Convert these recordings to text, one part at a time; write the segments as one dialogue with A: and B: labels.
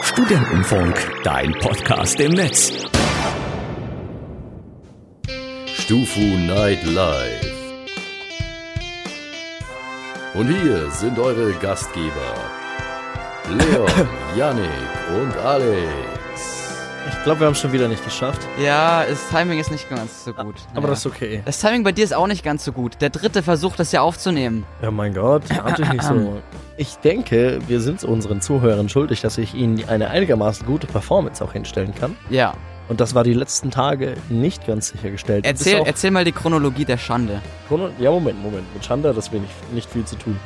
A: Studentenfunk, dein Podcast im Netz.
B: Stufu Night Live. Und hier sind eure Gastgeber Leon, Yannick und Alex.
C: Ich glaube, wir haben es schon wieder nicht geschafft.
D: Ja, das Timing ist nicht ganz so gut.
C: Aber
D: ja.
C: das ist okay.
D: Das Timing bei dir ist auch nicht ganz so gut. Der dritte Versuch, das ja aufzunehmen.
C: Ja, mein Gott, ahnt dich nicht so. Ich denke, wir sind es unseren Zuhörern schuldig, dass ich ihnen eine einigermaßen gute Performance auch hinstellen kann.
D: Ja.
C: Und das war die letzten Tage nicht ganz sichergestellt. Und
D: Erzähl,
C: bis auf-
D: erzähl mal die Chronologie der Schande.
C: Chrono- Ja, Moment, Moment. Mit Chanda hat das wenig, nicht viel zu tun.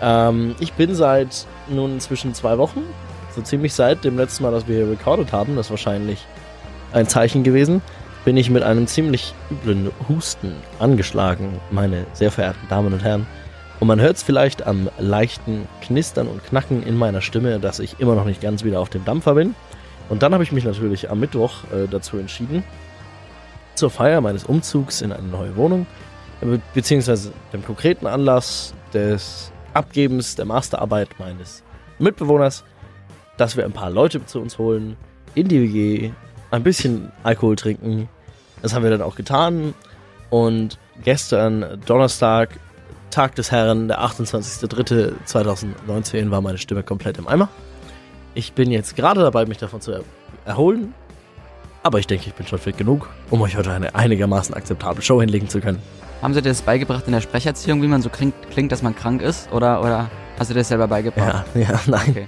C: Ähm, ich bin seit nun inzwischen zwei Wochen, so ziemlich seit dem letzten Mal, dass wir hier recorded haben, das ist wahrscheinlich ein Zeichen gewesen, bin ich mit einem ziemlich üblen Husten angeschlagen, meine sehr verehrten Damen und Herren. Und man hört es vielleicht am leichten Knistern und Knacken in meiner Stimme, dass ich immer noch nicht ganz wieder auf dem Dampfer bin. Und dann habe ich mich natürlich am Mittwoch äh, dazu entschieden, zur Feier meines Umzugs in eine neue Wohnung Be- beziehungsweise dem konkreten Anlass des Abgebens der Masterarbeit meines Mitbewohners, dass wir ein paar Leute zu uns holen, in die WG, ein bisschen Alkohol trinken. Das haben wir dann auch getan. Und gestern, Donnerstag, Tag des Herrn, der 28.03.2019, war meine Stimme komplett im Eimer. Ich bin jetzt gerade dabei, mich davon zu er erholen. Aber ich denke, ich bin schon fit genug, um euch heute eine einigermaßen akzeptable Show hinlegen zu können.
D: Haben sie dir das beigebracht in der Sprecherziehung, wie man so klingt, klingt dass man krank ist? Oder, oder hast du dir das selber beigebracht?
C: Ja, ja, nein.
D: Ah. Okay.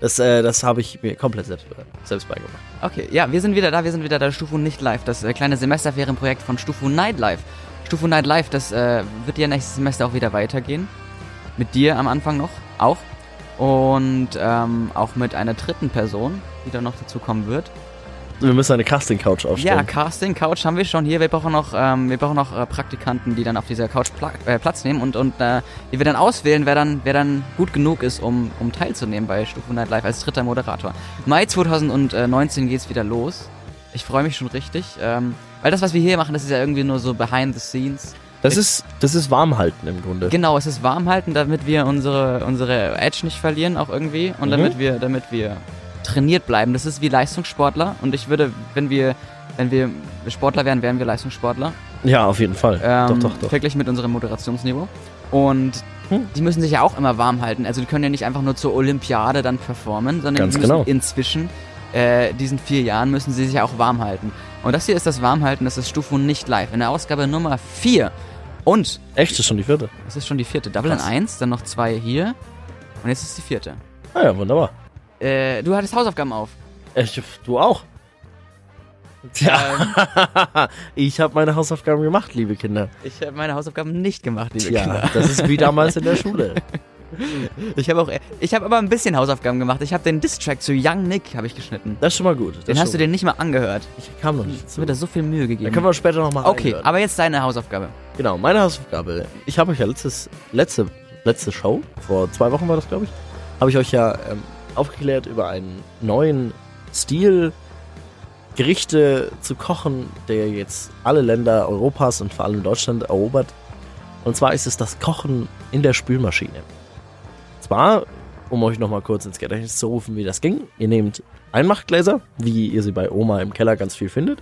C: Das, äh, das habe ich mir komplett selbst, äh, selbst beigebracht.
D: Okay, ja, wir sind wieder da, wir sind wieder da. Stufu nicht live, das äh, kleine Semesterferienprojekt von Stufu Nightlife. Stufu Nightlife, das äh, wird ja nächstes Semester auch wieder weitergehen. Mit dir am Anfang noch, auch. Und ähm, auch mit einer dritten Person, die dann noch dazu kommen wird.
C: Wir müssen eine Casting-Couch aufstellen.
D: Ja, Casting Couch haben wir schon hier. Wir brauchen noch, ähm, wir brauchen noch äh, Praktikanten, die dann auf dieser Couch pla äh, Platz nehmen und, und äh, die wir dann auswählen, wer dann, wer dann gut genug ist, um, um teilzunehmen bei Stufe Night Live als dritter Moderator. Mai 2019 geht's wieder los. Ich freue mich schon richtig, ähm, weil das, was wir hier machen, das ist ja irgendwie nur so behind the scenes.
C: das, ist, das ist Warmhalten im Grunde.
D: Genau, es ist warm halten, damit wir unsere, unsere Edge nicht verlieren auch irgendwie und
C: Mhm.
D: damit wir damit wir trainiert bleiben. Das ist wie Leistungssportler und ich würde, wenn wir wenn wir Sportler wären, wären wir Leistungssportler.
C: Ja, auf jeden Fall.
D: Ähm,
C: doch, doch, doch.
D: Verglichen mit unserem Moderationsniveau. Und
C: Hm.
D: die müssen sich ja auch immer warm halten. Also die können ja nicht einfach nur zur Olympiade dann performen, sondern
C: Ganz
D: die müssen
C: genau.
D: inzwischen, äh, diesen vier Jahren, müssen sie sich ja auch warm halten. Und das hier ist das Warmhalten, das ist Stufu nicht live. In der Ausgabe Nummer 4. Und
C: Echt, das ist schon die vierte.
D: es ist schon die vierte. Double
C: Krass.
D: in eins, dann noch zwei hier. Und jetzt ist die vierte.
C: Ah ja, wunderbar.
D: Äh, du hattest Hausaufgaben auf.
C: Echt, du auch.
D: Ähm,
C: Tja, ich habe meine Hausaufgaben gemacht, liebe Kinder.
D: Ich habe meine Hausaufgaben nicht gemacht, liebe Kinder.
C: Ja, das ist wie damals in der Schule.
D: Ich habe auch, ich habe aber ein bisschen Hausaufgaben gemacht. Ich habe den Distrack zu Young Nick habe ich geschnitten.
C: Das ist schon mal gut. Das
D: Den
C: ist
D: hast du
C: schon
D: dir nicht mal angehört.
C: gut. Ich kam noch nicht
D: Es
C: zu.
D: wird da so viel Mühe
C: Da können
D: gegeben.
C: wir später nochmal
D: Okay, aber jetzt deine Hausaufgabe.
C: Genau, meine Hausaufgabe. Ich habe euch ja letztes, letzte, letzte Show, vor zwei Wochen war das, glaube ich, habe ich euch ja ähm, aufgeklärt über einen neuen Stil, Gerichte zu kochen, der jetzt alle Länder Europas und vor allem Deutschland erobert. Und zwar ist es das Kochen in der Spülmaschine. Zwar, um euch nochmal kurz ins Gedächtnis zu rufen, wie das ging, ihr nehmt Einmachgläser, wie ihr sie bei Oma im Keller ganz viel findet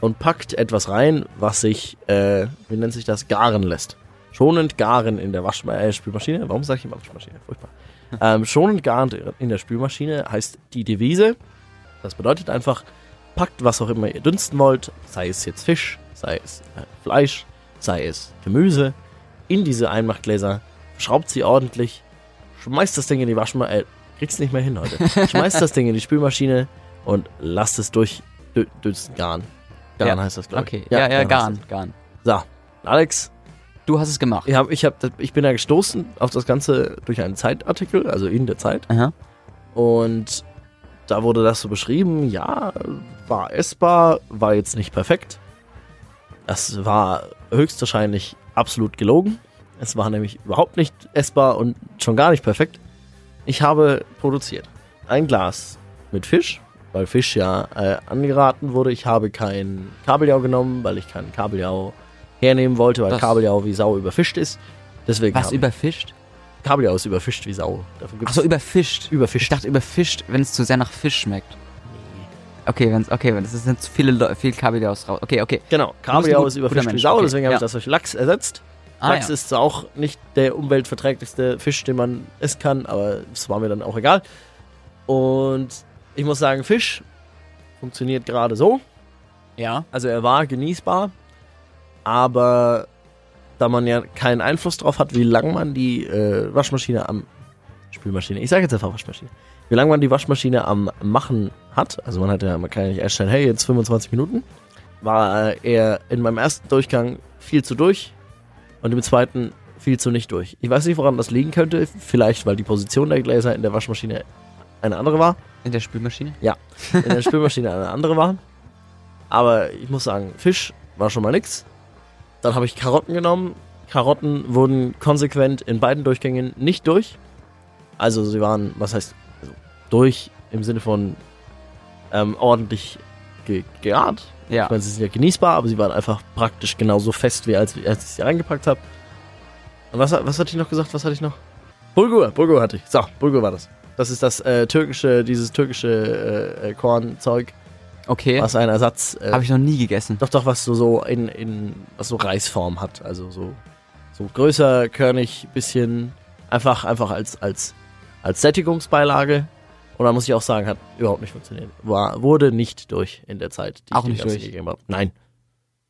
C: und packt etwas rein, was sich, äh, wie nennt sich das, garen lässt. Schonend garen in der Waschma äh, Spülmaschine. Warum sage ich immer Waschmaschine? Furchtbar. Ähm, schonend garen in der Spülmaschine heißt die Devise. Das bedeutet einfach, packt was auch immer ihr dünsten wollt, sei es jetzt Fisch, sei es äh, Fleisch, sei es Gemüse, in diese Einmachgläser, schraubt sie ordentlich, schmeißt das Ding in die Waschmaschine, äh, kriegst nicht mehr hin heute, schmeißt das Ding in die Spülmaschine und lasst es durch dü- dünsten Garn. Garn
D: Ja.
C: heißt das, glaube ich.
D: Okay, ja, ja,
C: Garn
D: Garn, Garn.
C: heißt das. So, Alex,
D: Du hast es gemacht.
C: ich, hab, ich, hab, ich bin da gestoßen auf das Ganze durch einen Zeitartikel, also in der Zeit.
D: Aha.
C: Und da wurde das so beschrieben, ja, war essbar, war jetzt nicht perfekt. Das war höchstwahrscheinlich absolut gelogen. Es war nämlich überhaupt nicht essbar und schon gar nicht perfekt. Ich habe produziert ein Glas mit Fisch, weil Fisch ja äh, angeraten wurde. Ich habe kein Kabeljau genommen, weil ich keinen Kabeljau hernehmen wollte, weil
D: Das-
C: Kabeljau wie Sau überfischt ist. Deswegen
D: Was
C: habe ich-
D: überfischt?
C: Kabeljau ist überfischt wie Sau. Davon gibt's
D: Achso, überfischt. Ich
C: überfischt.
D: dachte überfischt, wenn es zu sehr nach Fisch schmeckt. Okay, wenn es okay, wenn es sind zu viele Leu- viel Kabeljaus drauf. Okay, okay.
C: Genau,
D: ein
C: Kabeljau
D: gut-
C: ist
D: guter
C: überfischt wie
D: Mensch,
C: Sau,
D: okay,
C: deswegen habe
D: ja.
C: ich das durch Lachs ersetzt.
D: Ah,
C: Lachs
D: ja.
C: ist zwar auch nicht der umweltverträglichste Fisch, den man essen kann, aber es war mir dann auch egal. Und ich muss sagen, Fisch funktioniert gerade so.
D: ja.
C: Also er war genießbar, aber da man ja keinen Einfluss drauf hat, wie lange man die äh, Waschmaschine am Spülmaschine, ich sage jetzt einfach Waschmaschine, wie lange man die Waschmaschine am Machen hat, also man hat ja, man kann ja nicht einstellen, hey, jetzt 25 Minuten, war äh, er in meinem ersten Durchgang viel zu durch und im zweiten viel zu nicht durch. Ich weiß nicht, woran das liegen könnte, vielleicht weil die Position der Gläser in der Waschmaschine eine andere war
D: In der Spülmaschine?
C: in der Spülmaschine eine andere war. Aber ich muss sagen, Fisch war schon mal nix. Dann habe ich Karotten genommen. Karotten wurden konsequent in beiden Durchgängen nicht durch. Also sie waren, was heißt, also durch im Sinne von ähm, ordentlich ge gegart.
D: Ja.
C: Ich meine, sie sind ja genießbar, aber sie waren einfach praktisch genauso fest, wie als, als ich sie reingepackt habe. Und was, was hatte ich noch gesagt? Was hatte ich noch? Bulgur, Bulgur hatte ich. So, Bulgur war das. Das ist das äh, türkische, dieses türkische äh, äh, Kornzeug,
D: Okay.
C: was einen Ersatz. Äh,
D: Habe ich noch nie gegessen.
C: doch, doch, was so, so in, in, was so Reisform hat. Also so, so größer, körnig, bisschen. Einfach, einfach als, als, als Sättigungsbeilage. Und da muss ich auch sagen, hat überhaupt nicht funktioniert. War, wurde nicht durch in der Zeit, die
D: Auch
C: ich
D: nicht
C: dem Ganzen
D: durch.
C: gegeben habe. Nein,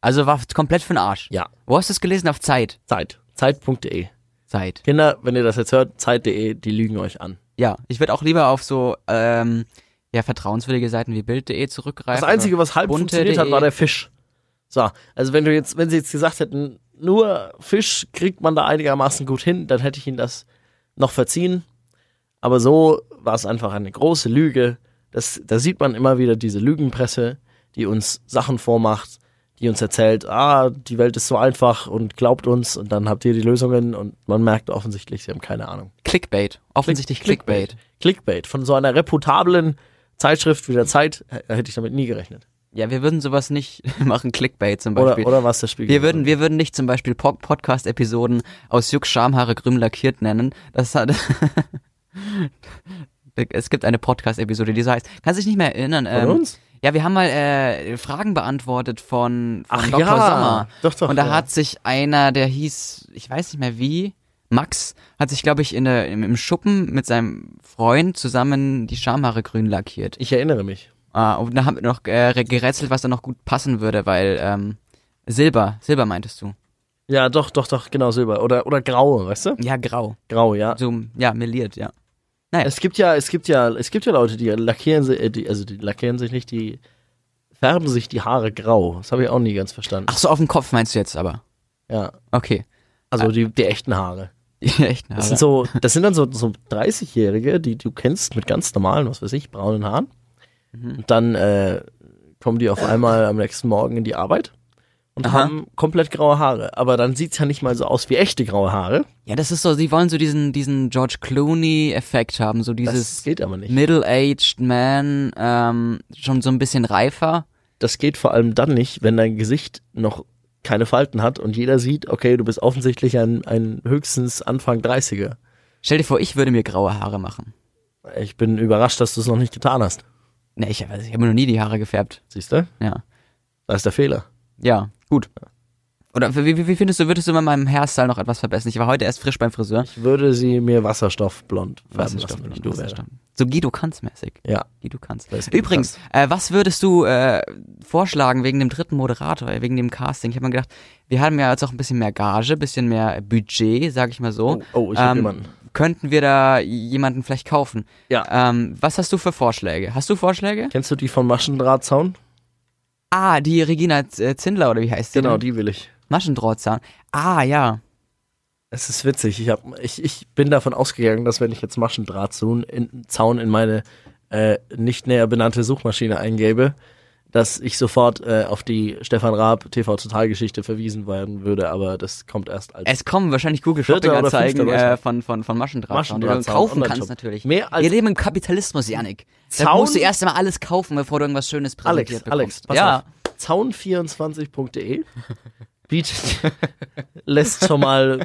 D: Also war komplett für den Arsch.
C: ja.
D: Wo hast du es gelesen? Auf Zeit.
C: Zeit. Zeit.de.
D: Zeit.
C: Kinder, wenn ihr das jetzt hört, Zeit.de, E, die lügen euch an.
D: Ja. Ich würde auch lieber auf so ähm, ja, vertrauenswürdige Seiten wie Bild.de zurückgreifen.
C: Das Einzige, was halb
D: bunte E.
C: funktioniert hat,
D: DE.
C: war der Fisch. So, also wenn du jetzt, wenn sie jetzt gesagt hätten, nur Fisch kriegt man da einigermaßen gut hin, dann hätte ich ihnen das noch verziehen. Aber so war es einfach eine große Lüge. Das, da sieht man immer wieder diese Lügenpresse, die uns Sachen vormacht, die uns erzählt, ah, die Welt ist so einfach und glaubt uns und dann habt ihr die Lösungen und man merkt offensichtlich, sie haben keine Ahnung.
D: Clickbait. Offensichtlich Clickbait.
C: Clickbait. Von so einer reputablen Zeitschrift wie der Zeit h- hätte ich damit nie gerechnet.
D: Ja, wir würden sowas nicht machen. Clickbait zum
C: Oder,
D: Beispiel.
C: oder war es das Spiegel?
D: Wir würden, wir würden nicht zum Beispiel Po- Podcast-Episoden aus Juck Schamhaare Grüm lackiert nennen. Das hat. es gibt eine Podcast-Episode, die so heißt. Kannst dich nicht mehr erinnern. ähm,
C: Von uns?
D: Ja, wir haben mal äh, Fragen beantwortet von, von
C: Ach
D: Dr.
C: ja.
D: Sommer.
C: Doch, doch,
D: Und da
C: ja.
D: hat sich einer, der hieß, ich weiß nicht mehr wie, Max, hat sich, glaube ich, in der, im, im Schuppen mit seinem Freund zusammen die Schamhaare grün lackiert.
C: Ich erinnere mich.
D: Ah, und dann haben wir noch äh, gerätselt, was da noch gut passen würde, weil ähm, Silber, Silber meintest du.
C: Ja, doch, doch, doch, genau, Silber. Oder, oder Grau, weißt du?
D: Ja, grau.
C: Grau, ja.
D: So, ja, meliert, ja.
C: Es gibt ja, es gibt ja, es gibt ja Leute, die lackieren sich, äh, die, also die lackieren sich nicht, die färben sich die Haare grau. Das habe ich auch nie ganz verstanden.
D: Ach so, auf dem Kopf meinst du jetzt aber.
C: Ja.
D: Okay.
C: Also die, die echten Haare.
D: Die echten
C: Das
D: Haare.
C: sind so, das sind dann so, so 30-Jährige, die du kennst mit ganz normalen, was weiß ich, braunen Haaren.
D: Mhm.
C: Und dann äh, kommen die auf einmal am nächsten Morgen in die Arbeit und
D: Aha.
C: haben komplett graue Haare. Aber dann sieht's ja nicht mal so aus wie echte graue Haare.
D: ja, das ist so, sie wollen so diesen, diesen George Clooney-Effekt haben, so
C: Das
D: dieses
C: geht aber nicht.
D: middle-aged man, ähm, schon so ein bisschen reifer.
C: Das geht vor allem dann nicht, wenn dein Gesicht noch keine Falten hat und jeder sieht, okay, du bist offensichtlich ein, ein höchstens Anfang 30er.
D: Stell dir vor, ich würde mir graue Haare machen.
C: Ich bin überrascht, dass du es noch nicht getan hast.
D: Ne, ich, also ich habe mir noch nie die Haare gefärbt.
C: Siehst du?
D: Ja.
C: Da ist der Fehler.
D: Ja, gut. Oder wie, wie wie findest du, würdest du bei meinem Hairstyle noch etwas verbessern? Ich war heute erst frisch beim Friseur. Ähm,
C: Ich würde sie mir wasserstoffblond färben
D: Wasserstoff.
C: lassen, wenn ich
D: du
C: du wäre.
D: So Guido Kanz mäßig.
C: Ja.
D: Guido Kanz.
C: Das ist Guido
D: Übrigens, äh, was würdest du äh, vorschlagen wegen dem dritten Moderator, äh, wegen dem Casting? Ich habe mir gedacht, wir haben ja jetzt auch ein bisschen mehr Gage, ein bisschen mehr Budget, sag ich mal so. Ähm,
C: Oh, oh, ich hab jemanden.
D: Könnten wir da jemanden vielleicht kaufen?
C: Ja.
D: Ähm, was hast du für Vorschläge? Hast du Vorschläge?
C: Kennst du die von Maschendrahtzaun?
D: Ah, die Regina Z- äh, Zindler oder wie heißt sie?
C: Genau,
D: ne?
C: die will ich.
D: Maschendrahtzaun. Ah, ja.
C: Es ist witzig. Ich, hab, ich, ich bin davon ausgegangen, dass wenn ich jetzt Maschendrahtzaun in, Zaun in meine äh, nicht näher benannte Suchmaschine eingebe, dass ich sofort äh, auf die Stefan Raab TV Totalgeschichte verwiesen werden würde, aber das kommt erst als
D: Es kommen wahrscheinlich Google
C: Vierter
D: Shopping
C: oder
D: Anzeigen
C: fünfter
D: äh,
C: Beitrag.
D: von, von, von Maschendrahtzaun.
C: Maschendrahtzaun,
D: die du kaufen
C: Online-Shop.
D: kannst natürlich.
C: Mehr als-
D: Wir leben im Kapitalismus, Janik. Da
C: Zaun-
D: musst du erst einmal alles kaufen, bevor du irgendwas Schönes
C: Alex,
D: präsentiert
C: Alex,
D: bekommst.
C: pass
D: ja.
C: auf. Zaun24.de bietet lässt schon mal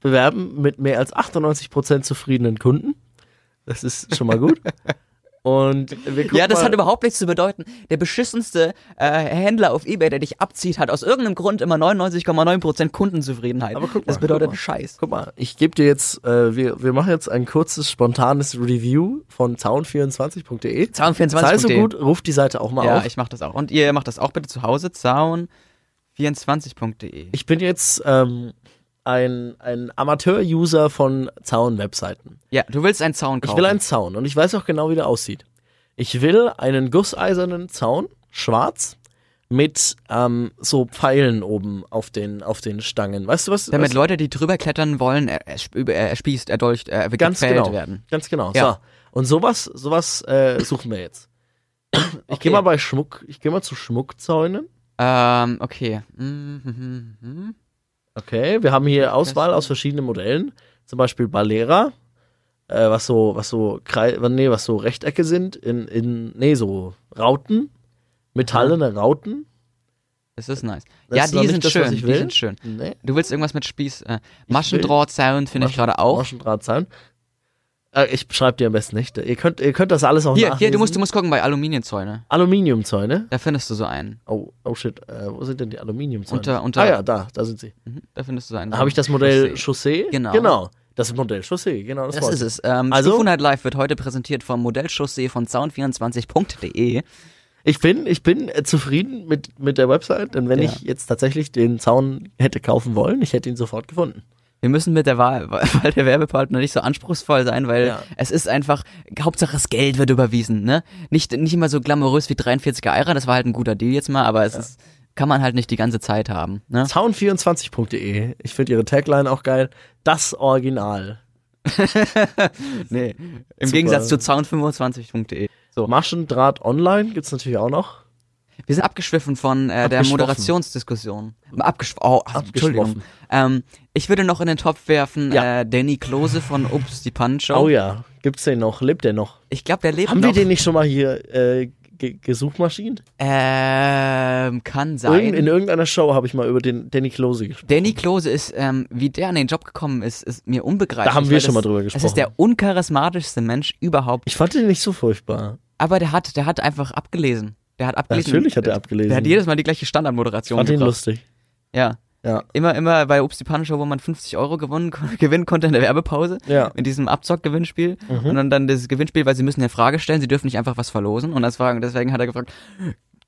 C: bewerben mit mehr als 98% zufriedenen Kunden. Das ist schon mal gut. Und wir gucken
D: Ja, das
C: mal,
D: hat überhaupt nichts zu bedeuten. Der beschissenste äh, Händler auf Ebay, der dich abzieht, hat aus irgendeinem Grund immer 99,9% Kundenzufriedenheit.
C: Aber guck
D: das
C: mal,
D: bedeutet
C: guck mal.
D: Scheiß.
C: Guck mal, ich gebe dir jetzt, äh, wir, wir machen jetzt ein kurzes, spontanes Review von zaun24.de.
D: Zaun24.de.
C: Sei so gut, ruft die Seite auch mal
D: Ja,
C: auf.
D: ich mach das auch. Und ihr macht das auch bitte zu Hause, zaun24.de.
C: Ich bin jetzt ähm, ein, ein Amateur-User von Zaun-Webseiten.
D: Ja, du willst einen Zaun kaufen.
C: Ich will einen Zaun und ich weiß auch genau, wie der aussieht. Ich will einen gusseisernen Zaun, schwarz, mit ähm, so Pfeilen oben auf den, auf den Stangen. Weißt du was?
D: damit
C: was,
D: Leute, die drüber klettern wollen, er- ersp- über- er- erspießt, erdolcht, er
C: ganz
D: gefällt
C: genau
D: werden.
C: Ganz genau.
D: Ja.
C: So. Und sowas, sowas äh, suchen wir jetzt. Ich
D: Okay.
C: gehe mal bei Schmuck, ich gehe mal zu Schmuckzäunen.
D: Ähm, okay. Mhm, mhm, mhm.
C: Okay, wir haben hier Auswahl aus verschiedenen Modellen. Zum Beispiel Balera, äh, was so, was so Kreis, nee, was so Rechtecke sind, in, in, nee, so Rauten, metallene Rauten.
D: Das ist nice.
C: Das
D: ja,
C: ist noch
D: die
C: nicht
D: sind
C: das, was
D: schön.
C: ich
D: Die
C: will.
D: sind schön.
C: Nee.
D: Du willst irgendwas mit Spieß. Äh, Maschendrahtzaun finde ich gerade auch.
C: Maschendraht sein. Äh, ich schreibe dir am besten nicht. Ihr könnt, ihr könnt das alles auch
D: Hier,
C: nachlesen.
D: hier, du musst, du musst gucken bei Aluminiumzäune.
C: Aluminiumzäune.
D: Da findest du so einen.
C: Oh, oh shit, äh, wo sind denn die Aluminiumzäune?
D: Unter- unter-
C: ah ja, da, da sind sie.
D: Mhm. Da findest du so einen.
C: Da habe ich das Modell Chaussee.
D: Genau.
C: Genau. Das Modell Chaussee, genau das,
D: Das
C: Wort.
D: ist es.
C: Also-
D: Ähm, also, Stufe Night Live wird heute präsentiert vom Modellchaussee von sound24.de.
C: Ich bin, ich bin äh, zufrieden mit, mit der Website, denn wenn
D: Ja.
C: ich jetzt tatsächlich den Zaun hätte kaufen wollen, ich hätte ihn sofort gefunden.
D: Wir müssen mit der Wahl, weil der Werbepartner nicht so anspruchsvoll sein, weil
C: Ja.
D: es ist einfach, Hauptsache das Geld wird überwiesen, ne? Nicht, nicht immer so glamourös wie 43er Eira, das war halt ein guter Deal jetzt mal, aber es ist, kann man halt nicht die ganze Zeit haben, ne?
C: Zaun24.de, ich finde ihre Tagline auch geil. Das Original.
D: Nee. Im Gegensatz zu sound25.de.
C: So, Maschendraht online gibt's natürlich auch noch.
D: Wir sind abgeschwiffen von äh, der
C: Abgeschwoffen.
D: Moderationsdiskussion. Abgeschw oh, ach, Entschuldigung.
C: Abgeschwoffen.
D: Ähm, ich würde noch in den Topf werfen,
C: Ja.
D: äh, Danny Klose von Ups, die Punch
C: Oh ja, gibt's den noch? Lebt der noch?
D: Ich glaube, der lebt
C: Haben
D: noch.
C: wir den nicht schon mal hier äh, ge gesuchmaschinen?
D: Ähm, kann sein.
C: Irgend, in irgendeiner Show habe ich mal über den Danny Klose gesprochen.
D: Danny Klose ist, ähm, wie der an den Job gekommen ist, ist mir unbegreiflich.
C: Da haben wir
D: weil
C: schon mal
D: das-
C: drüber
D: Es ist
C: gesprochen.
D: der uncharismatischste Mensch überhaupt.
C: Ich fand den nicht so furchtbar.
D: Aber der hat, der hat einfach abgelesen. Der hat abgelesen.
C: Natürlich hat er abgelesen.
D: Der hat jedes Mal die gleiche Standardmoderation
C: fand ihn
D: gebracht.
C: lustig.
D: Ja.
C: Ja.
D: Immer, immer bei Ups die Punisher, wo man 50 Euro gewonnen, gewinnen konnte in der Werbepause.
C: Ja. Mhm.
D: In diesem Abzock-Gewinnspiel. Und dann, dann das Gewinnspiel, weil sie müssen eine Frage stellen, sie dürfen nicht einfach was verlosen. Und das fragen, deswegen hat er gefragt,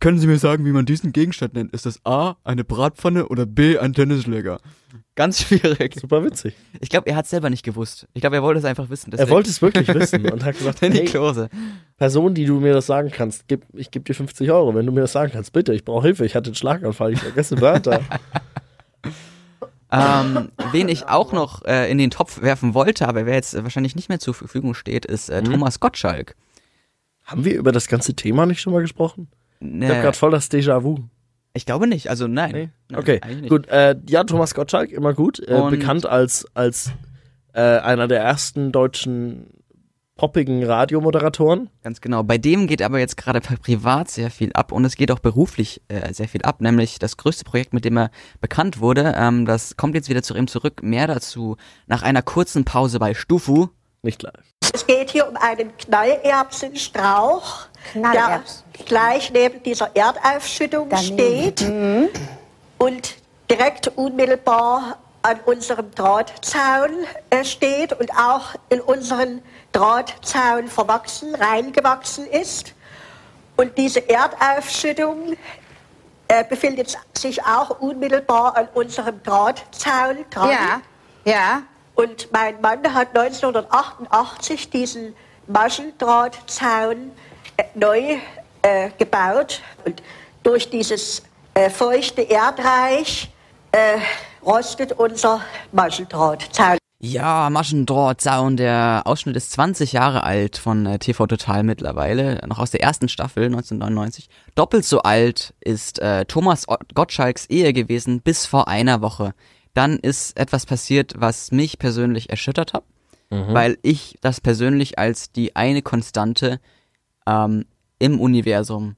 D: können Sie mir sagen, wie man diesen Gegenstand nennt? Ist das A, eine Bratpfanne oder B, ein Tennisschläger? Ganz schwierig.
C: Super witzig.
D: Ich glaube, er hat selber nicht gewusst. Ich glaube, er wollte es einfach wissen.
C: Er
D: deswegen-
C: wollte es wirklich wissen und hat gesagt,
D: Danny
C: hey,
D: Klose.
C: Person, die du mir das sagen kannst, gib, ich gebe dir 50 Euro, wenn du mir das sagen kannst. Bitte, ich brauche Hilfe, ich hatte einen Schlaganfall, ich vergesse Wörter.
D: Ähm, wen ich auch noch äh, in den Topf werfen wollte, aber wer jetzt äh, wahrscheinlich nicht mehr zur Verfügung steht, ist
C: Hm?
D: äh, Thomas Gottschalk.
C: Haben wir über das ganze Thema nicht schon mal gesprochen? Ich habe
D: Äh,
C: gerade voll das Déjà-vu.
D: Ich glaube nicht, also nein.
C: Nee?
D: Nein,
C: Okay,
D: eigentlich nicht.
C: gut. Äh, ja, Thomas Gottschalk, immer gut. Äh,
D: Und-
C: bekannt als, als äh, einer der ersten deutschen poppigen Radiomoderatoren.
D: Ganz genau. Bei dem geht aber jetzt gerade pri- privat sehr viel ab und es geht auch beruflich äh, sehr viel ab. Nämlich das größte Projekt, mit dem er bekannt wurde, ähm, das kommt jetzt wieder zu ihm zurück. Mehr dazu nach einer kurzen Pause bei Stufu.
C: Nicht live.
E: Es geht hier um einen Knallerbsenstrauch,
F: Knallerbsen.
E: der gleich neben dieser Erdaufschüttung
F: Daneben. Mhm.
E: steht und direkt unmittelbar an unserem Drahtzaun äh, steht und auch in unseren Drahtzaun verwachsen, reingewachsen ist. Und diese Erdaufschüttung äh, befindet sich auch unmittelbar an unserem Drahtzaun dran.
F: Ja, ja.
E: Und mein Mann hat 1988 diesen Maschendrahtzaun äh, neu äh, gebaut. Und durch dieses äh, feuchte Erdreich äh, rostet unser Maschendrahtzaun.
D: Ja, Maschendrahtzaun. Der Ausschnitt ist 20 Jahre alt von äh, TV Total mittlerweile, noch aus der ersten Staffel 1999. Doppelt so alt ist äh, Thomas O- Gottschalks Ehe gewesen bis vor einer Woche. Dann ist etwas passiert, was mich persönlich erschüttert hat, weil ich das persönlich als die eine Konstante ähm, im Universum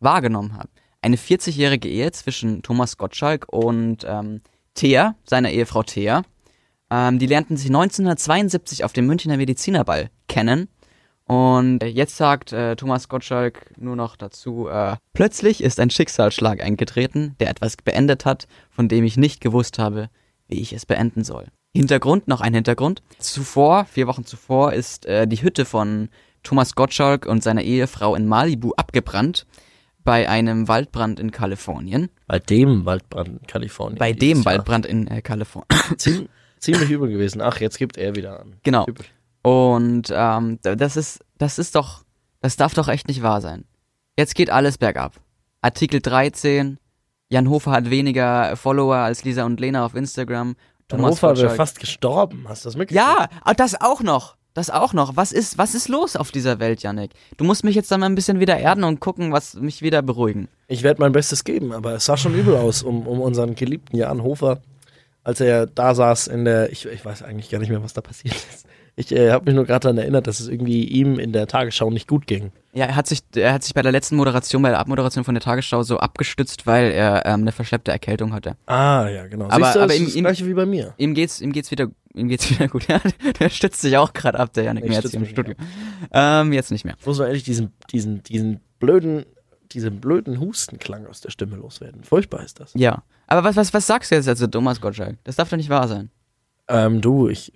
D: wahrgenommen habe. Eine 40-jährige Ehe zwischen Thomas Gottschalk und ähm, Thea, seiner Ehefrau Thea. Ähm, die lernten sich 1972 auf dem Münchner Medizinerball kennen. Und äh, jetzt sagt äh, Thomas Gottschalk nur noch dazu, äh, plötzlich ist ein Schicksalsschlag eingetreten, der etwas beendet hat, von dem ich nicht gewusst habe, wie ich es beenden soll. Hintergrund, noch ein Hintergrund. Zuvor, vier Wochen zuvor, ist äh, die Hütte von Thomas Gottschalk und seiner Ehefrau in Malibu abgebrannt bei einem Waldbrand in Kalifornien.
C: Bei dem Waldbrand in Kalifornien.
D: Bei
C: dieses
D: dem
C: Jahr.
D: Waldbrand in äh, Kalifornien.
C: Ziem, ziemlich übel gewesen. Ach, jetzt gibt er wieder an.
D: Genau.
C: Typisch.
D: Und ähm, d- das ist, das ist doch, das darf doch echt nicht wahr sein. Jetzt geht alles bergab. Artikel 13, Jan Hofer hat weniger Follower als Lisa und Lena auf Instagram. Thomas
C: Hannover wäre
D: Gottschalk.
C: fast gestorben. Hast du das mitgekriegt?
D: Ja, ah, das auch noch. Das auch noch. Was ist, was ist los auf dieser Welt, Yannick? Du musst mich jetzt dann mal ein bisschen wieder erden und gucken, was mich wieder beruhigen.
C: Ich werde mein Bestes geben, aber es sah schon übel aus um, um unseren geliebten Jan Hofer, als er da saß in der. Ich, ich weiß eigentlich gar nicht mehr, was da passiert ist. Ich äh, habe mich nur gerade daran erinnert, dass es irgendwie ihm in der Tagesschau nicht gut ging.
D: Ja, er hat sich, er hat sich bei der letzten Moderation, bei der Abmoderation von der Tagesschau so abgestützt, weil er ähm, eine verschleppte Erkältung hatte.
C: Ah, ja, genau.
D: Aber-
C: Siehst du,
D: aber
C: es
D: ihm-
C: ist das
D: ihm-
C: gleiche wie bei mir.
D: Ihm geht's, ihm geht's wieder, ihm geht's wieder gut. Ja, der stützt sich auch gerade ab, der Janik
C: Ich
D: mehr jetzt
C: stütze
D: hier im
C: mich
D: Studio. Ähm, jetzt nicht mehr.
C: Ich muss mal ehrlich diesen, diesen, diesen blöden, diesen blöden Hustenklang aus der Stimme loswerden. Furchtbar ist das.
D: Ja. Aber was, was, was sagst du jetzt also, Thomas Gottschalk? Das darf doch nicht wahr sein.
C: Ähm, du, ich.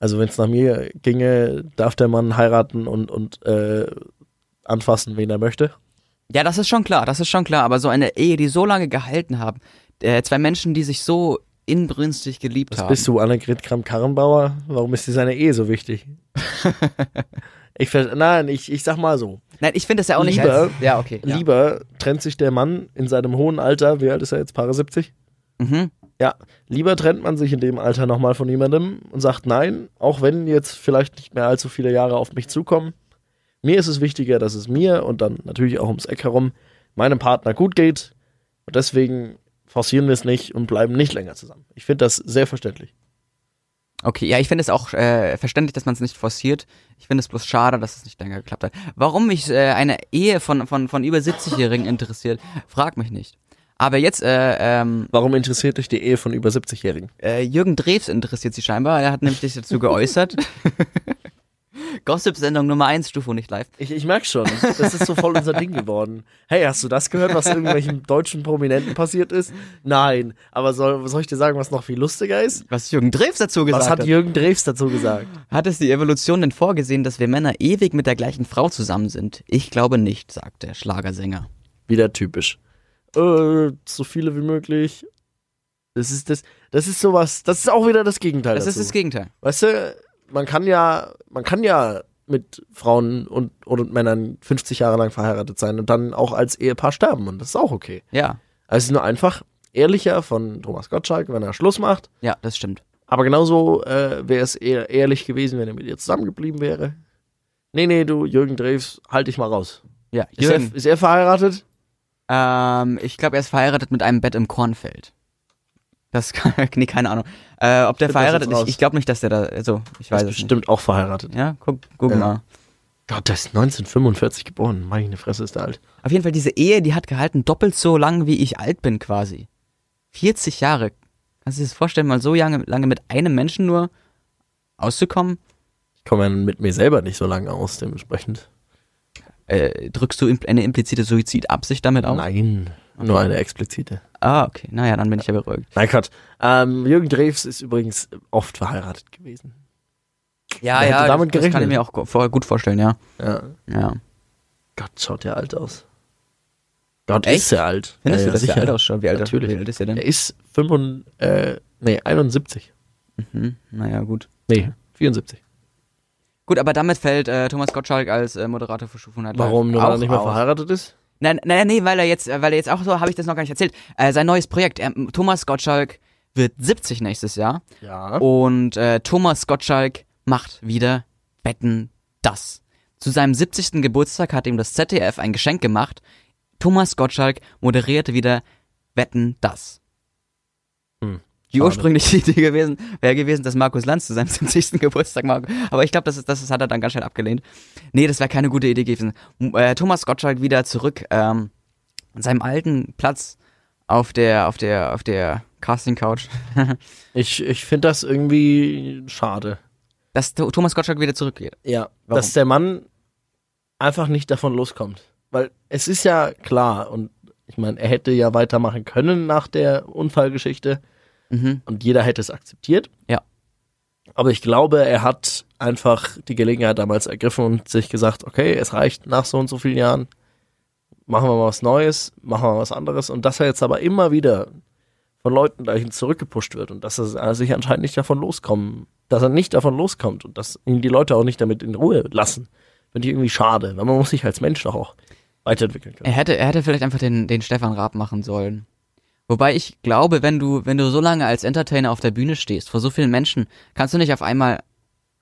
C: Also, wenn es nach mir ginge, darf der Mann heiraten und, und äh, anfassen, wen er möchte.
D: Ja, das ist schon klar, das ist schon klar. Aber so eine Ehe, die so lange gehalten haben, äh, zwei Menschen, die sich so inbrünstig geliebt
C: Was
D: haben.
C: bist du, Annegret Kramp-Karrenbauer? Warum ist dir seine Ehe so wichtig? ich ver Nein, ich, ich sag mal so.
D: Nein, ich finde das ja auch Oh, nicht.
C: Lieber-
D: Als, ja, okay. Ja.
C: Lieber trennt sich der Mann in seinem hohen Alter, wie alt ist er jetzt, Paare 70?
D: Mhm.
C: Ja, lieber trennt man sich in dem Alter nochmal von jemandem und sagt nein, auch wenn jetzt vielleicht nicht mehr allzu viele Jahre auf mich zukommen. Mir ist es wichtiger, dass es mir und dann natürlich auch ums Eck herum meinem Partner gut geht. Und deswegen forcieren wir es nicht und bleiben nicht länger zusammen. Ich finde das sehr verständlich.
D: Okay, ja, ich finde es auch äh, verständlich, dass man es nicht forciert. Ich finde es bloß schade, dass es nicht länger geklappt hat. Warum mich äh, eine Ehe von, von, von über 70-Jährigen interessiert, frag mich nicht. Aber jetzt, äh, ähm,
C: Warum interessiert dich die Ehe von über 70-Jährigen?
D: äh, Jürgen Drews interessiert sie scheinbar. Er hat nämlich sich dazu geäußert. Gossip-Sendung Nummer 1, Stufe nicht live.
C: Ich, ich merke schon, das ist so voll unser Ding geworden. Hey, hast du das gehört, was irgendwelchen deutschen Prominenten passiert ist? Nein, aber soll, soll ich dir sagen, was noch viel lustiger ist?
D: Was Jürgen Drews dazu gesagt
C: Was hat Jürgen Drews dazu gesagt?
D: Hat es die Evolution denn vorgesehen, dass wir Männer ewig mit der gleichen Frau zusammen sind? Ich glaube nicht, sagt der Schlagersänger.
C: Wieder typisch. Äh, so viele wie möglich. Das ist das, das ist sowas, das ist auch wieder das Gegenteil.
D: Das
C: dazu.
D: ist das Gegenteil.
C: Weißt du, man kann ja, man kann ja mit Frauen und, und Männern 50 Jahre lang verheiratet sein und dann auch als Ehepaar sterben und das ist auch okay.
D: Ja,
C: Also es ist nur einfach ehrlicher von Thomas Gottschalk, wenn er Schluss macht.
D: ja, das stimmt.
C: Aber genauso äh, wäre es eher ehrlich gewesen, wenn er mit ihr zusammengeblieben wäre. Nee, nee, du, Jürgen Drews, halt dich mal raus.
D: Ja,
C: Ist,
D: Jürgen.
C: Er, ist er verheiratet?
D: Ähm, ich glaube, er ist verheiratet mit einem Bett im Kornfeld. Das kann, nee, keine Ahnung. Äh, ob der
C: Find das
D: verheiratet
C: jetzt
D: ist,
C: raus.
D: ich glaube nicht, dass der da, also, ich weiß
C: ist
D: es
C: bestimmt auch verheiratet.
D: nicht. Ja, guck, guck
C: Ja.
D: mal.
C: Gott, der ist 1945 geboren. Meine Fresse ist der alt.
D: Auf jeden Fall, diese Ehe, die hat gehalten doppelt so lang, wie ich alt bin quasi. 40 Jahre. Kannst du dir das vorstellen, mal so lange, lange mit einem Menschen nur auszukommen?
C: Ich komme ja mit mir selber nicht so lange aus, dementsprechend.
D: Äh, drückst du impl- eine implizite Suizidabsicht damit auf?
C: Nein, nur eine explizite.
D: Ah, okay. Naja, dann bin ich ja beruhigt.
C: Nein, Gott. Ähm, Jürgen Drews ist übrigens oft verheiratet gewesen.
D: Ja,
C: Wer hätte
D: ja,
C: damit
D: das, das kann ich
C: gerechnet?
D: mir auch gu- vor- gut vorstellen, ja.
C: Ja.
D: ja.
C: Gott, schaut der alt aus. Gott,
D: Echt?
C: ist der alt.
D: Findest
C: Ja,
D: du, dass
C: ja,
D: der alt ausschaut? Wie alt,
C: Natürlich.
D: Wie alt ist der denn?
C: Er ist 5, äh, nee, 71.
D: Hm, naja, gut.
C: Nee, 74.
D: Gut, aber damit fällt äh, Thomas Gottschalk als äh, Moderator für Stufe 100
C: Warum? Nur
D: Live
C: weil
D: auch
C: er nicht mehr
D: aus.
C: verheiratet ist?
D: Nein, nein, nee, weil er jetzt, äh, weil er jetzt auch so, habe ich das noch gar nicht erzählt. Äh, sein neues Projekt, ähm, Thomas Gottschalk wird 70 nächstes Jahr
C: Ja.
D: und äh, Thomas Gottschalk macht wieder Betten das. Zu seinem 70. Geburtstag hat ihm das ZDF ein Geschenk gemacht. Thomas Gottschalk moderierte wieder Wetten das.
C: Hm,
D: Die
C: schade.
D: ursprüngliche Idee gewesen wäre gewesen, dass Markus Lanz zu seinem 70. Geburtstag mag. Aber ich glaube, das, ist, das ist- hat er dann ganz schnell abgelehnt. Nee, das wäre keine gute Idee gewesen. M- Äh, Thomas Gottschalk wieder zurück ähm, an seinem alten Platz auf der, auf der, auf der Casting Couch,
C: Ich, ich finde das irgendwie schade.
D: dass Tho- Thomas Gottschalk wieder zurückgeht.
C: Ja,
D: Warum?
C: dass der Mann einfach nicht davon loskommt. Weil es ist ja klar, und ich meine, er hätte ja weitermachen können nach der Unfallgeschichte
D: Mhm.
C: und jeder hätte es akzeptiert.
D: Ja.
C: Aber ich glaube, er hat einfach die Gelegenheit damals ergriffen und sich gesagt, okay, es reicht nach so und so vielen Jahren, machen wir mal was Neues, machen wir mal was anderes. Und dass er jetzt aber immer wieder von Leuten dahin zurückgepusht wird und dass er sich also anscheinend nicht davon loskommen, dass er nicht davon loskommt und dass ihn die Leute auch nicht damit in Ruhe lassen, finde ich irgendwie schade, weil man muss sich als Mensch doch auch weiterentwickeln
D: Er
C: können.
D: hätte, er hätte vielleicht einfach den, den Stefan Raab machen sollen. Wobei ich glaube, wenn du, wenn du so lange als Entertainer auf der Bühne stehst, vor so vielen Menschen, kannst du nicht auf einmal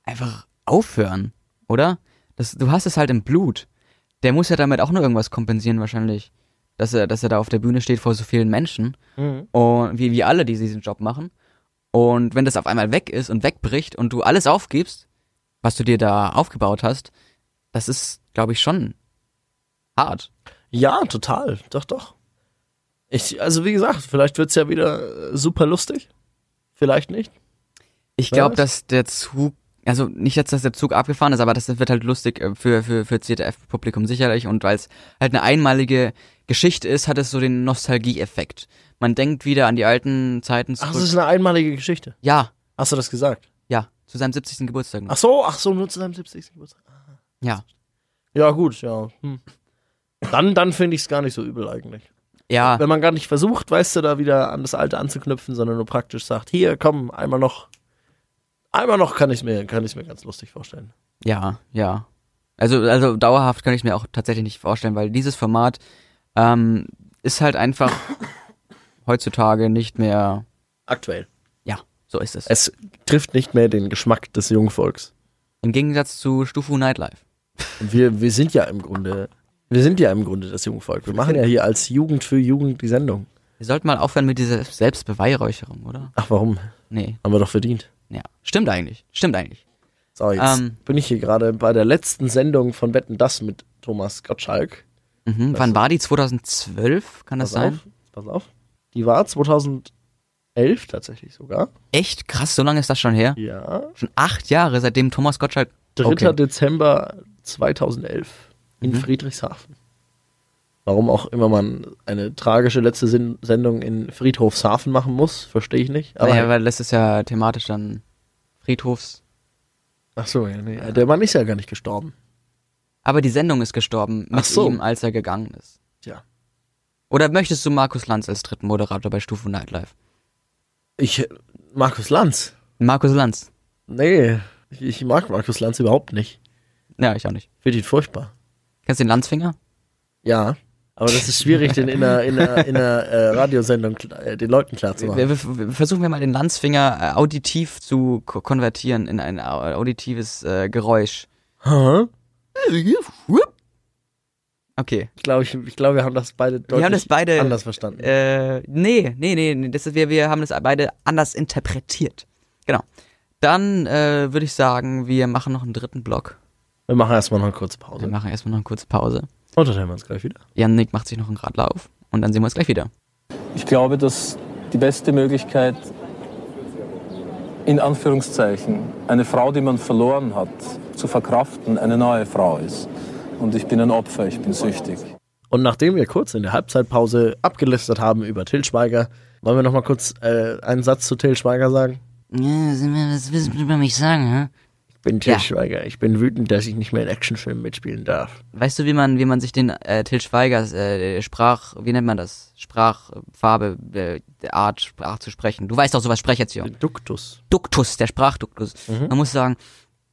D: einfach aufhören, oder? Das, du hast es halt im Blut. Der muss ja damit auch nur irgendwas kompensieren, wahrscheinlich. Dass er, dass er da auf der Bühne steht vor so vielen Menschen. Und wie, wie alle, die diesen Job machen. Und wenn das auf einmal weg ist und wegbricht und du alles aufgibst, was du dir da aufgebaut hast, das ist, glaube ich, schon hart.
C: Ja, total, doch, doch. Ich, also wie gesagt, vielleicht wird es ja wieder äh, super lustig, vielleicht nicht.
D: Ich glaube,
C: Was?
D: dass der Zug, also nicht jetzt, dass der Zug abgefahren ist, aber das wird halt lustig äh, für, für, für ZDF-Publikum sicherlich und weil es halt eine einmalige Geschichte ist, hat es so den Nostalgieeffekt. Man denkt wieder an die alten Zeiten
C: Ach,
D: zurück.
C: das ist eine einmalige Geschichte.
D: ja,
C: Hast du das gesagt?
D: ja, zu seinem 70. Geburtstag.
C: Ach so, ach so, nur zu seinem 70. Geburtstag.
D: Ja,
C: Ja, gut, ja. Hm. Dann, dann finde ich es gar nicht so übel eigentlich.
D: ja,
C: Wenn man gar nicht versucht, weißt du, da wieder an das Alte anzuknüpfen, sondern nur praktisch sagt, hier, komm, einmal noch, einmal noch kann ich mir, kann ich mir ganz lustig vorstellen.
D: ja, ja. Also, also dauerhaft kann ich mir auch tatsächlich nicht vorstellen, weil dieses Format ähm, ist halt einfach heutzutage nicht mehr.
C: Aktuell.
D: Ja, so ist es.
C: Es trifft nicht mehr den Geschmack des Jungvolks.
D: Im Gegensatz zu Stufu Nightlife.
C: Und wir, wir sind ja im Grunde, wir sind ja im Grunde das Jungvolk. Wir machen ja hier als Jugend für Jugend die Sendung.
D: Wir sollten mal aufhören mit dieser Selbstbeweihräucherung, oder?
C: Ach, warum?
D: Nee,
C: Haben wir doch verdient.
D: ja. Stimmt eigentlich. Stimmt eigentlich.
C: So, jetzt
D: Ähm.
C: bin ich hier gerade bei der letzten Sendung von Wetten Das mit Thomas Gottschalk.
D: Mhm. Wann war die? 2012? Kann das
C: Pass
D: sein?
C: auf, pass auf. Die war 2011 tatsächlich sogar.
D: Echt krass, so lange ist das schon her.
C: Ja.
D: Schon acht Jahre, seitdem Thomas Gottschalk.
C: 3.
D: Okay. Mhm.
C: Dezember 2011 in Friedrichshafen. Warum auch immer man eine tragische letzte Sin Sendung in Friedhofshafen machen muss, verstehe ich nicht. Aber
D: naja, weil das ist ja thematisch dann Friedhofs.
C: ach so, ja, nee. Äh, Der Mann ist ja gar nicht gestorben.
D: Aber die Sendung ist gestorben
C: Ach
D: mit
C: so.
D: ihm, als er gegangen ist.
C: Tja.
D: Oder möchtest du Markus Lanz als dritten Moderator bei Stufe Nightlife?
C: Ich, Markus Lanz.
D: Markus Lanz.
C: Nee, ich, ich mag Markus Lanz überhaupt nicht.
D: Ja, ich auch nicht.
C: Finde ihn furchtbar.
D: Kennst du den Lanzfinger?
C: Ja. Aber das ist schwierig, den in einer, in einer, in einer äh, Radiosendung kl- äh, den Leuten klarzumachen.
D: Wir, wir, wir versuchen wir mal den Lanzfinger äh, auditiv zu ko konvertieren in ein au- auditives äh, Geräusch.
C: Hä?
D: Okay.
C: Ich glaube, ich, ich glaube, wir haben das beide deutlich
D: haben das beide-
C: anders verstanden.
D: Äh, nee, nee, nee, nee, das ist, wir, wir haben das beide anders interpretiert. Genau. Dann äh, würde ich sagen, wir machen noch einen dritten Block.
C: wir machen erstmal noch eine kurze
D: Wir
C: Pause.
D: machen erstmal noch eine kurze Pause.
C: Und dann hören wir uns gleich wieder.
D: Janik macht sich noch einen Radler auf und dann sehen wir uns gleich wieder.
G: Ich glaube, dass die beste Möglichkeit, in Anführungszeichen, eine Frau, die man verloren hat, zu verkraften, eine neue Frau ist. Und ich bin ein Opfer, ich bin süchtig.
C: Und nachdem wir kurz in der Halbzeitpause abgelästert haben über Till Schweiger, wollen wir noch mal kurz äh, einen Satz zu Till Schweiger sagen?
H: Ja, sind wir- was willst du über mich sagen, hä?
C: Ich bin Till
D: Ja.
C: Schweiger. Ich bin wütend, dass ich nicht mehr in Actionfilmen mitspielen darf.
D: Weißt du, wie man, wie man sich den äh, Till Schweigers äh, Sprach, wie nennt man das? Sprachfarbe, äh, Art, Sprach zu sprechen. Du weißt doch sowas, Sprecherziehung.
C: Hm. Duktus.
D: Duktus, der Sprachduktus.
C: Mhm.
D: Man muss sagen,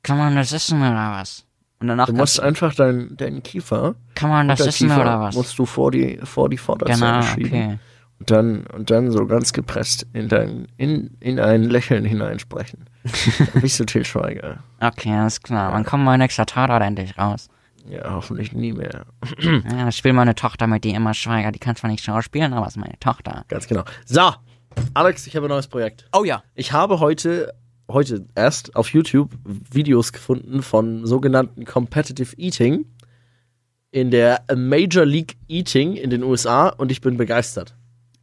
H: Kann man das essen oder was?
D: und danach
C: Du musst
D: kannst,
C: einfach deinen deinen Kiefer,
H: Kann man das
C: der
H: essen
C: Kiefer
H: oder was?
C: musst du vor die vor die Vorderzähne
H: genau,
C: schieben
H: okay.
C: und dann und dann so ganz gepresst in dein in, in ein Lächeln hineinsprechen. Dann bist du Till Schweiger.
H: Okay, alles klar. Wann kommt mein nächster Tatort endlich raus?
C: Ja, hoffentlich nie mehr. Hm.
H: Ja, das spielt meine Tochter mit, die Emma Schweiger. Die kann zwar nicht schauspielen, aber ist meine Tochter.
C: Ganz genau. So, Alex, ich habe ein neues Projekt.
D: oh ja,
C: Ich habe heute, heute erst auf YouTube Videos gefunden von sogenannten Competitive Eating in der Major League Eating in den USA und ich bin begeistert.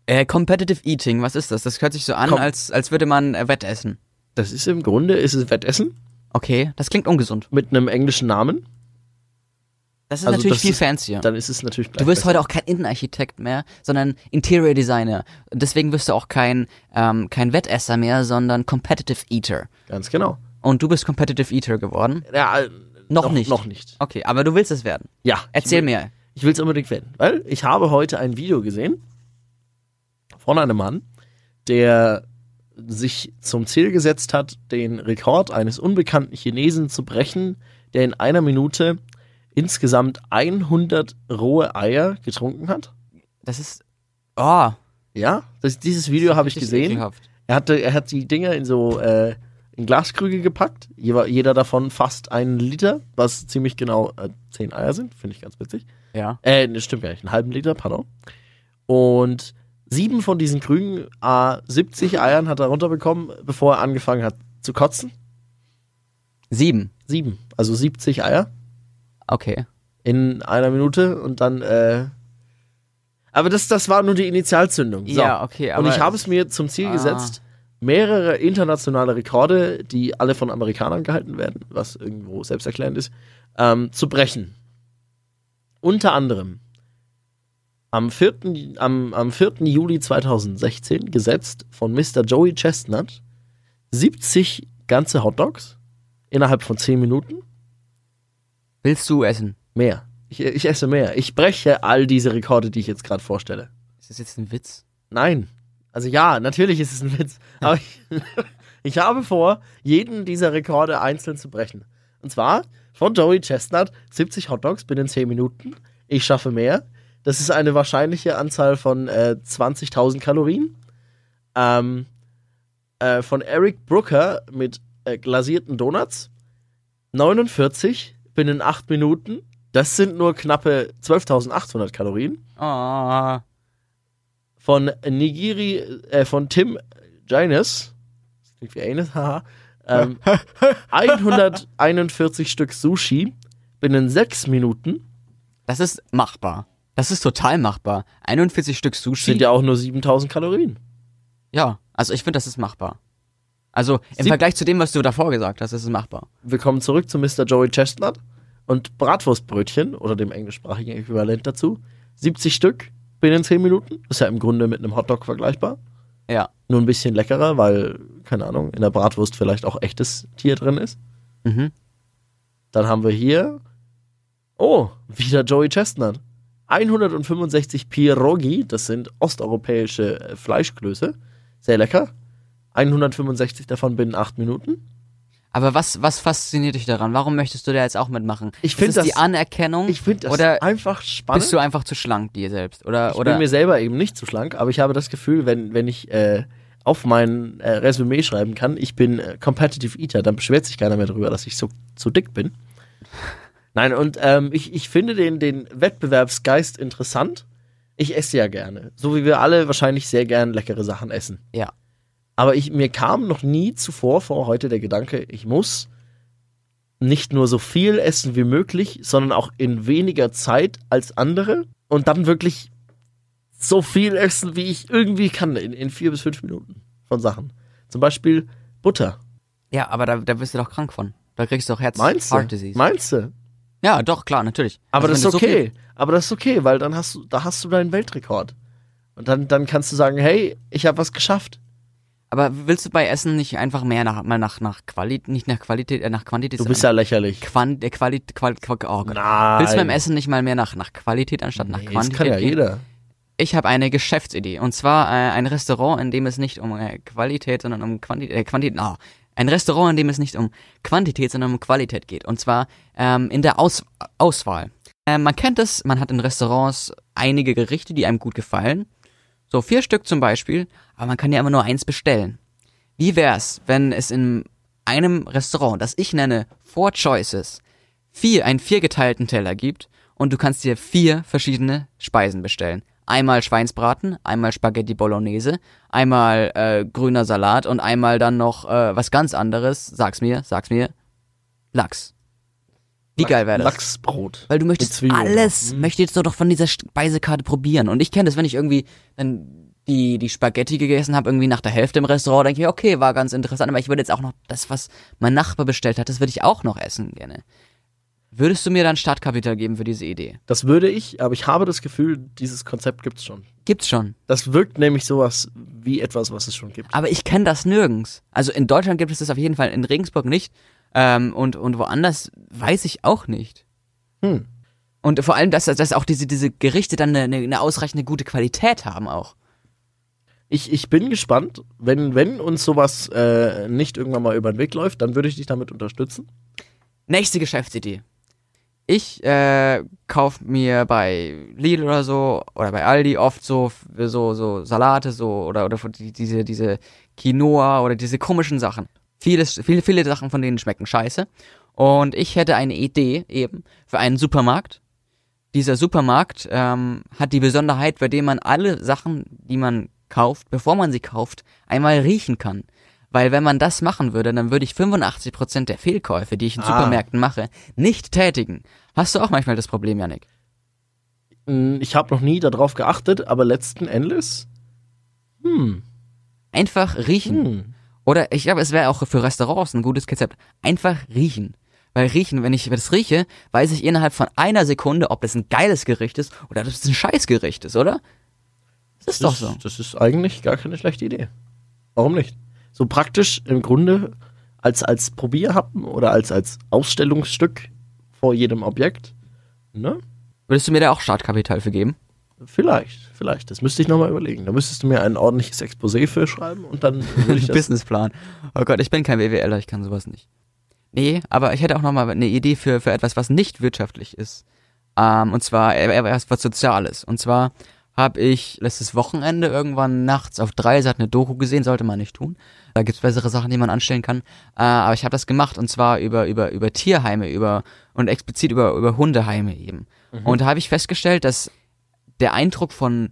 D: Äh, Competitive Eating, was ist das? Das hört sich so an,
C: Kom-
D: als, als würde man äh, Wettessen.
C: Das ist im Grunde, ist es Wettessen
D: Okay, das klingt ungesund.
C: mit einem englischen Namen.
D: Das ist
C: Also
D: natürlich
C: das
D: viel
C: ist-
D: fancier.
C: Dann ist es natürlich gleich
D: Du wirst
C: besser.
D: heute auch kein Innenarchitekt mehr, sondern Interior Designer. Deswegen wirst du auch kein, ähm, kein Wettesser mehr, sondern Competitive Eater.
C: Ganz genau.
D: Und du bist Competitive Eater geworden?
C: Ja, äh,
D: Noch nicht.
C: Noch nicht.
D: Okay, aber du willst es werden.
C: Ja.
D: Erzähl
C: ich will,
D: mir.
C: Ich will es unbedingt werden, weil ich habe heute ein Video gesehen von einem Mann, der sich zum Ziel gesetzt hat, den Rekord eines unbekannten Chinesen zu brechen, der in einer Minute insgesamt 100 rohe Eier getrunken hat.
D: Das ist. Oh.
C: Ja, das, dieses Video habe ich
D: richtig
C: gesehen.
D: ekelhaft.
C: Er, hatte, er hat die Dinger in so äh, in Glaskrüge gepackt, jeder, jeder davon fast einen Liter, was ziemlich genau äh, zehn Eier sind, finde ich ganz witzig.
D: Ja.
C: Äh, ne, stimmt gar nicht, einen halben Liter, pardon. Und sieben von diesen Krügen, äh, 70 Eiern hat er runterbekommen, bevor er angefangen hat zu kotzen.
D: Sieben.
C: Sieben, also 70 Eier
D: Okay.
C: in einer Minute und dann, äh, aber das, das war nur die Initialzündung. So.
D: Ja, okay,
C: und
D: aber-
C: ich habe es mir zum Ziel
D: Ah.
C: gesetzt, mehrere internationale Rekorde, die alle von Amerikanern gehalten werden, was irgendwo selbsterklärend ist, ähm, zu brechen. Unter anderem am 4. Am, am 4. Juli 2016 gesetzt von Mr. Joey Chestnut 70 ganze Hotdogs innerhalb von 10 Minuten.
D: Willst du essen?
C: Mehr. Ich, ich esse mehr. Ich breche all diese Rekorde, die ich jetzt gerade vorstelle.
D: Ist das jetzt ein Witz?
C: Nein. Also ja, natürlich ist es ein Witz. Aber ich, ich habe vor, jeden dieser Rekorde einzeln zu brechen. Und zwar von Joey Chestnut 70 Hotdogs binnen 10 Minuten. Ich schaffe mehr. Das ist eine wahrscheinliche Anzahl von äh, 20.000 Kalorien. Ähm, äh, von Eric Brooker mit äh, glasierten Donuts 49 binnen 8 Minuten. Das sind nur knappe 12.800 Kalorien
D: Oh.
C: von Nigiri, äh, von Tim Janis, das klingt wie Anus, haha, ähm, 141 Stück Sushi binnen sechs Minuten,
D: Das ist machbar. Das ist total machbar. 41 Stück Sushi.
C: sind ja auch nur 7000 Kalorien.
D: Ja, also ich finde, das ist machbar. Also im
C: Sieb-
D: Vergleich zu dem, was du davor gesagt hast, ist es machbar.
C: Wir kommen zurück zu Mr. Joey Chestnut und Bratwurstbrötchen oder dem englischsprachigen Äquivalent dazu, 70 Stück binnen 10 Minuten, ist ja im Grunde mit einem Hotdog vergleichbar.
D: Ja.
C: Nur ein bisschen leckerer, weil, keine Ahnung, in der Bratwurst vielleicht auch echtes Tier drin ist.
D: Mhm.
C: Dann haben wir hier. Oh, wieder Joey Chestnut. 165 Pierogi, das sind osteuropäische äh, Fleischklöße. Sehr lecker. 165 davon binnen 8 Minuten.
D: Aber was, was fasziniert dich daran? Warum möchtest du da jetzt auch mitmachen?
C: Ich find
D: Ist es die
C: das-
D: Anerkennung
C: Ich finde das
D: oder
C: einfach spannend.
D: bist du einfach zu schlank dir selbst? Oder,
C: ich
D: oder
C: bin mir selber eben nicht zu schlank, aber ich habe das Gefühl, wenn, wenn ich äh, auf mein äh, Resümee schreiben kann, ich bin äh, Competitive Eater, dann beschwert sich keiner mehr darüber, dass ich so, so dick bin. Nein, und ähm, ich, ich finde den, den Wettbewerbsgeist interessant. Ich esse ja gerne, so wie wir alle wahrscheinlich sehr gern leckere Sachen essen.
D: Ja.
C: Aber ich, mir kam noch nie zuvor vor heute der Gedanke, ich muss nicht nur so viel essen wie möglich, sondern auch in weniger Zeit als andere und dann wirklich so viel essen, wie ich irgendwie kann, in, in vier bis fünf Minuten von Sachen. Zum Beispiel Butter.
D: ja, aber da, da wirst du doch krank von. Da kriegst du doch Herz
C: Meinst
D: Heart
C: du?
D: Disease.
C: Meinst du?
D: ja, doch, klar, natürlich.
C: Aber
D: Also,
C: das ist
D: wenn du
C: okay. Aber das ist okay, weil dann hast du, da hast du deinen Weltrekord. Und dann, dann kannst du sagen, hey, ich habe was geschafft.
D: aber willst du bei Essen nicht einfach mehr nach, mal nach, nach Qualität, nicht nach Qualität, äh, nach Quantität,
C: Du bist ja lächerlich.
D: Quant, äh, Quali, Qual, Qual, oh Gott.
C: Nein.
D: Willst du beim Essen nicht mal mehr nach, nach Qualität anstatt nach
C: Nee, Das
D: Quantität?
C: kann ja
D: gehen?
C: jeder.
D: Ich habe eine Geschäftsidee und zwar äh, ein Restaurant, in dem es nicht um äh, Qualität, sondern um Quantität, äh, Quantität, ah, ein Restaurant, in dem es nicht um Quantität, sondern um Qualität geht und zwar ähm, in der Aus Auswahl. Äh, man kennt es, man hat in Restaurants einige Gerichte, die einem gut gefallen, so vier Stück zum Beispiel, aber man kann ja immer nur eins bestellen. Wie wär's, wenn es in einem Restaurant, das ich nenne Four Choices, vier, einen viergeteilten Teller gibt und du kannst dir vier verschiedene Speisen bestellen. Einmal Schweinsbraten, einmal Spaghetti Bolognese, einmal äh, grüner Salat und einmal dann noch äh, was ganz anderes, sag's mir, sag's mir, Lachs. Wie geil wäre das?
C: Lachsbrot.
D: Weil du möchtest
C: Mit Zwiebeln. Mhm.
D: alles, möchtest du doch von dieser Speisekarte probieren. Und ich kenne das, wenn ich irgendwie, dann die, die Spaghetti gegessen habe, irgendwie nach der Hälfte im Restaurant, denke ich, mir, okay, war ganz interessant, aber ich würde jetzt auch noch das, was mein Nachbar bestellt hat, das würde ich auch noch essen gerne. Würdest du mir dann Startkapital geben für diese Idee?
C: Das würde ich, aber ich habe das Gefühl, dieses Konzept gibt's schon.
D: Gibt's schon.
C: Das wirkt nämlich sowas wie etwas, was es schon gibt.
D: Aber ich kenne das nirgends. Also in Deutschland gibt es das auf jeden Fall, in Regensburg nicht. Ähm, und, und woanders weiß ich auch nicht.
C: Hm.
D: Und vor allem, dass, dass auch diese, diese Gerichte dann eine, eine- eine ausreichende gute Qualität haben auch.
C: Ich, ich bin gespannt, wenn, wenn uns sowas äh, nicht irgendwann mal über den Weg läuft, dann würde ich dich damit unterstützen.
D: Nächste Geschäftsidee. Ich äh, kaufe mir bei Lidl oder so oder bei Aldi oft so so so Salate so oder oder von die- diese diese Quinoa oder diese komischen Sachen. Vieles viele viele Sachen von denen schmecken scheiße und ich hätte eine Idee eben für einen Supermarkt. Dieser Supermarkt ähm, hat die Besonderheit, bei dem man alle Sachen, die man kauft, bevor man sie kauft, einmal riechen kann. Weil wenn man das machen würde, dann würde ich 85% der Fehlkäufe, die ich in Supermärkten mache, nicht tätigen. Hast du auch manchmal das Problem, Janik? Mhm.
C: Hm, Ich habe noch nie darauf geachtet, aber letzten Endes.
D: Einfach riechen.
C: Hm.
D: Oder ich glaube, es wäre auch für Restaurants ein gutes Konzept. Einfach riechen. Weil riechen, wenn ich das rieche, weiß ich innerhalb von einer Sekunde, ob das ein geiles Gericht ist oder ob das ein Scheißgericht ist, oder? Das ist doch so.
C: Das ist eigentlich gar keine schlechte Idee. Warum nicht? So praktisch im Grunde als, als Probierhappen oder als, als Ausstellungsstück vor jedem Objekt. Ne?
D: Würdest du mir da auch Startkapital für geben?
C: Vielleicht, vielleicht. Das müsste ich nochmal überlegen. Da müsstest du mir ein ordentliches Exposé für schreiben und dann würde ich das.
D: Businessplan. Oh Gott, ich bin kein BWLer, ich kann sowas nicht. Nee, aber ich hätte auch nochmal eine Idee für, für etwas, was nicht wirtschaftlich ist. Ähm, und zwar äh, äh, was was Soziales. Und zwar habe ich letztes Wochenende irgendwann nachts auf drei Seiten eine Doku gesehen, sollte man nicht tun. Da gibt's bessere Sachen, die man anstellen kann. Äh, aber ich habe das gemacht und zwar über, über, über Tierheime über und explizit über, über Hundeheime eben.
C: Mhm.
D: Und da habe ich festgestellt, dass der Eindruck von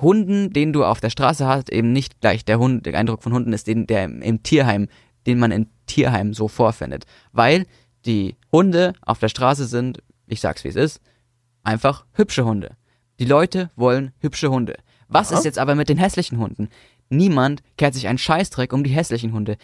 D: Hunden, den du auf der Straße hast, eben nicht gleich der Hund, der Eindruck von Hunden ist, den der im, im Tierheim, den man im Tierheim so vorfindet, weil die Hunde auf der Straße sind, ich sag's wie es ist, einfach hübsche Hunde. Die Leute wollen hübsche Hunde. Was ist jetzt aber mit den hässlichen Hunden? Niemand kehrt sich einen Scheißdreck um die hässlichen Hunde.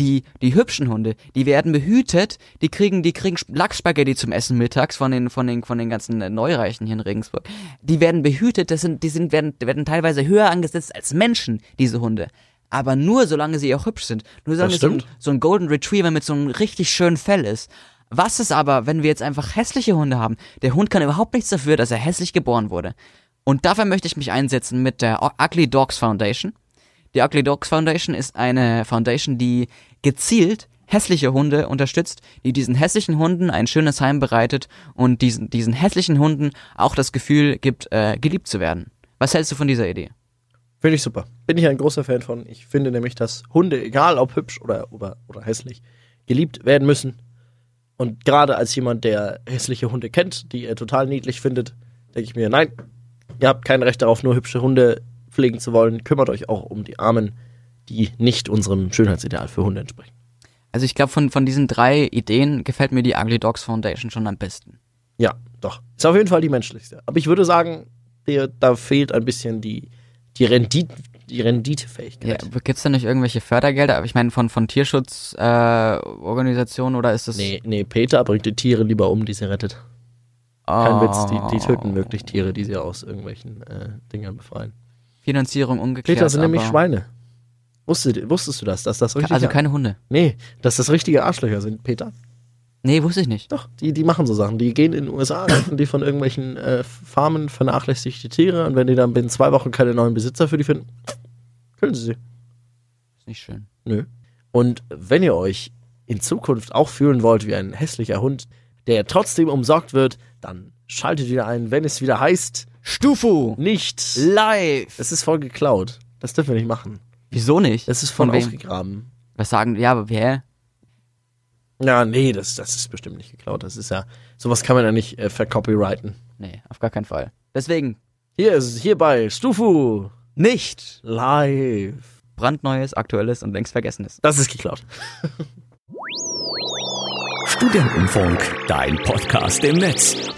D: Die, die hübschen Hunde, die werden behütet, die kriegen, die kriegen Sp- Lachsspaghetti zum Essen mittags von den, von den, von den ganzen äh, Neureichen hier in Regensburg. Die werden behütet, das sind, die sind, werden, werden teilweise höher angesetzt als Menschen, diese Hunde. Aber nur solange sie auch hübsch sind. Nur solange so ein,
C: stimmt.
D: so ein Golden Retriever mit so einem richtig schönen Fell ist. Was ist aber, wenn wir jetzt einfach hässliche Hunde haben? Der Hund kann überhaupt nichts dafür, dass er hässlich geboren wurde. Und dafür möchte ich mich einsetzen mit der O- Ugly Dogs Foundation. Die Ugly Dogs Foundation ist eine Foundation, die gezielt hässliche Hunde unterstützt, die diesen hässlichen Hunden ein schönes Heim bereitet und diesen, diesen hässlichen Hunden auch das Gefühl gibt, äh, geliebt zu werden. Was hältst du von dieser Idee?
C: Finde ich super. Bin ich ein großer Fan von. Ich finde nämlich, dass Hunde, egal ob hübsch oder, oder, oder hässlich, geliebt werden müssen. Und gerade als jemand, der hässliche Hunde kennt, die er total niedlich findet, denke ich mir, nein, ihr habt kein Recht darauf, nur hübsche Hunde pflegen zu wollen. Kümmert euch auch um die Armen, die nicht unserem Schönheitsideal für Hunde entsprechen.
D: Also ich glaube, von, von diesen drei Ideen gefällt mir die Ugly Dogs Foundation schon am besten.
C: Ja, doch. Ist auf jeden Fall die menschlichste. Aber ich würde sagen, der, da fehlt ein bisschen die, die, Rendite, die
D: Ja,
C: Renditefähigkeit.
D: Gibt es da nicht irgendwelche Fördergelder? Aber ich meine, von, von Tierschutzorganisationen äh, Organisationen oder ist das.
C: Nee, nee, Peter bringt die Tiere lieber um, die sie rettet.
D: oh,
C: Kein Witz, die, die töten wirklich Tiere, die sie aus irgendwelchen äh, Dingern befreien.
D: Finanzierung umgekehrt.
C: Peter sind nämlich
D: aber-
C: Schweine. Wusstet, wusstest du das, dass das richtige
D: Also keine Hunde.
C: Nee, dass das richtige Arschlöcher sind, Peter?
D: Nee, wusste ich nicht.
C: Doch, die, die machen so Sachen. Die gehen in den USA, retten die von irgendwelchen äh, Farmen vernachlässigte Tiere und wenn die dann binnen zwei Wochen keine neuen Besitzer für die finden, können sie sie.
D: Ist nicht schön.
C: Nö. Und wenn ihr euch in Zukunft auch fühlen wollt wie ein hässlicher Hund, der trotzdem umsorgt wird, dann schaltet wieder ein, wenn es wieder heißt,
D: Stufu!
C: nicht.
D: Live!
C: Es ist voll geklaut. Das dürfen wir nicht machen.
D: Wieso nicht?
C: Es ist voll
D: Von wem?
C: ausgegraben.
D: Was sagen, ja, aber wer?
C: Ja, nee, das, das ist bestimmt nicht geklaut. Das ist ja, sowas kann man ja nicht äh, vercopyrighten.
D: Nee, auf gar keinen Fall. Deswegen
C: Hier ist hier bei Stufu
D: nicht
C: live.
D: brandneues, aktuelles und längst vergessenes.
C: Das ist geklaut.
A: Studentenfunk, dein Podcast im Netz.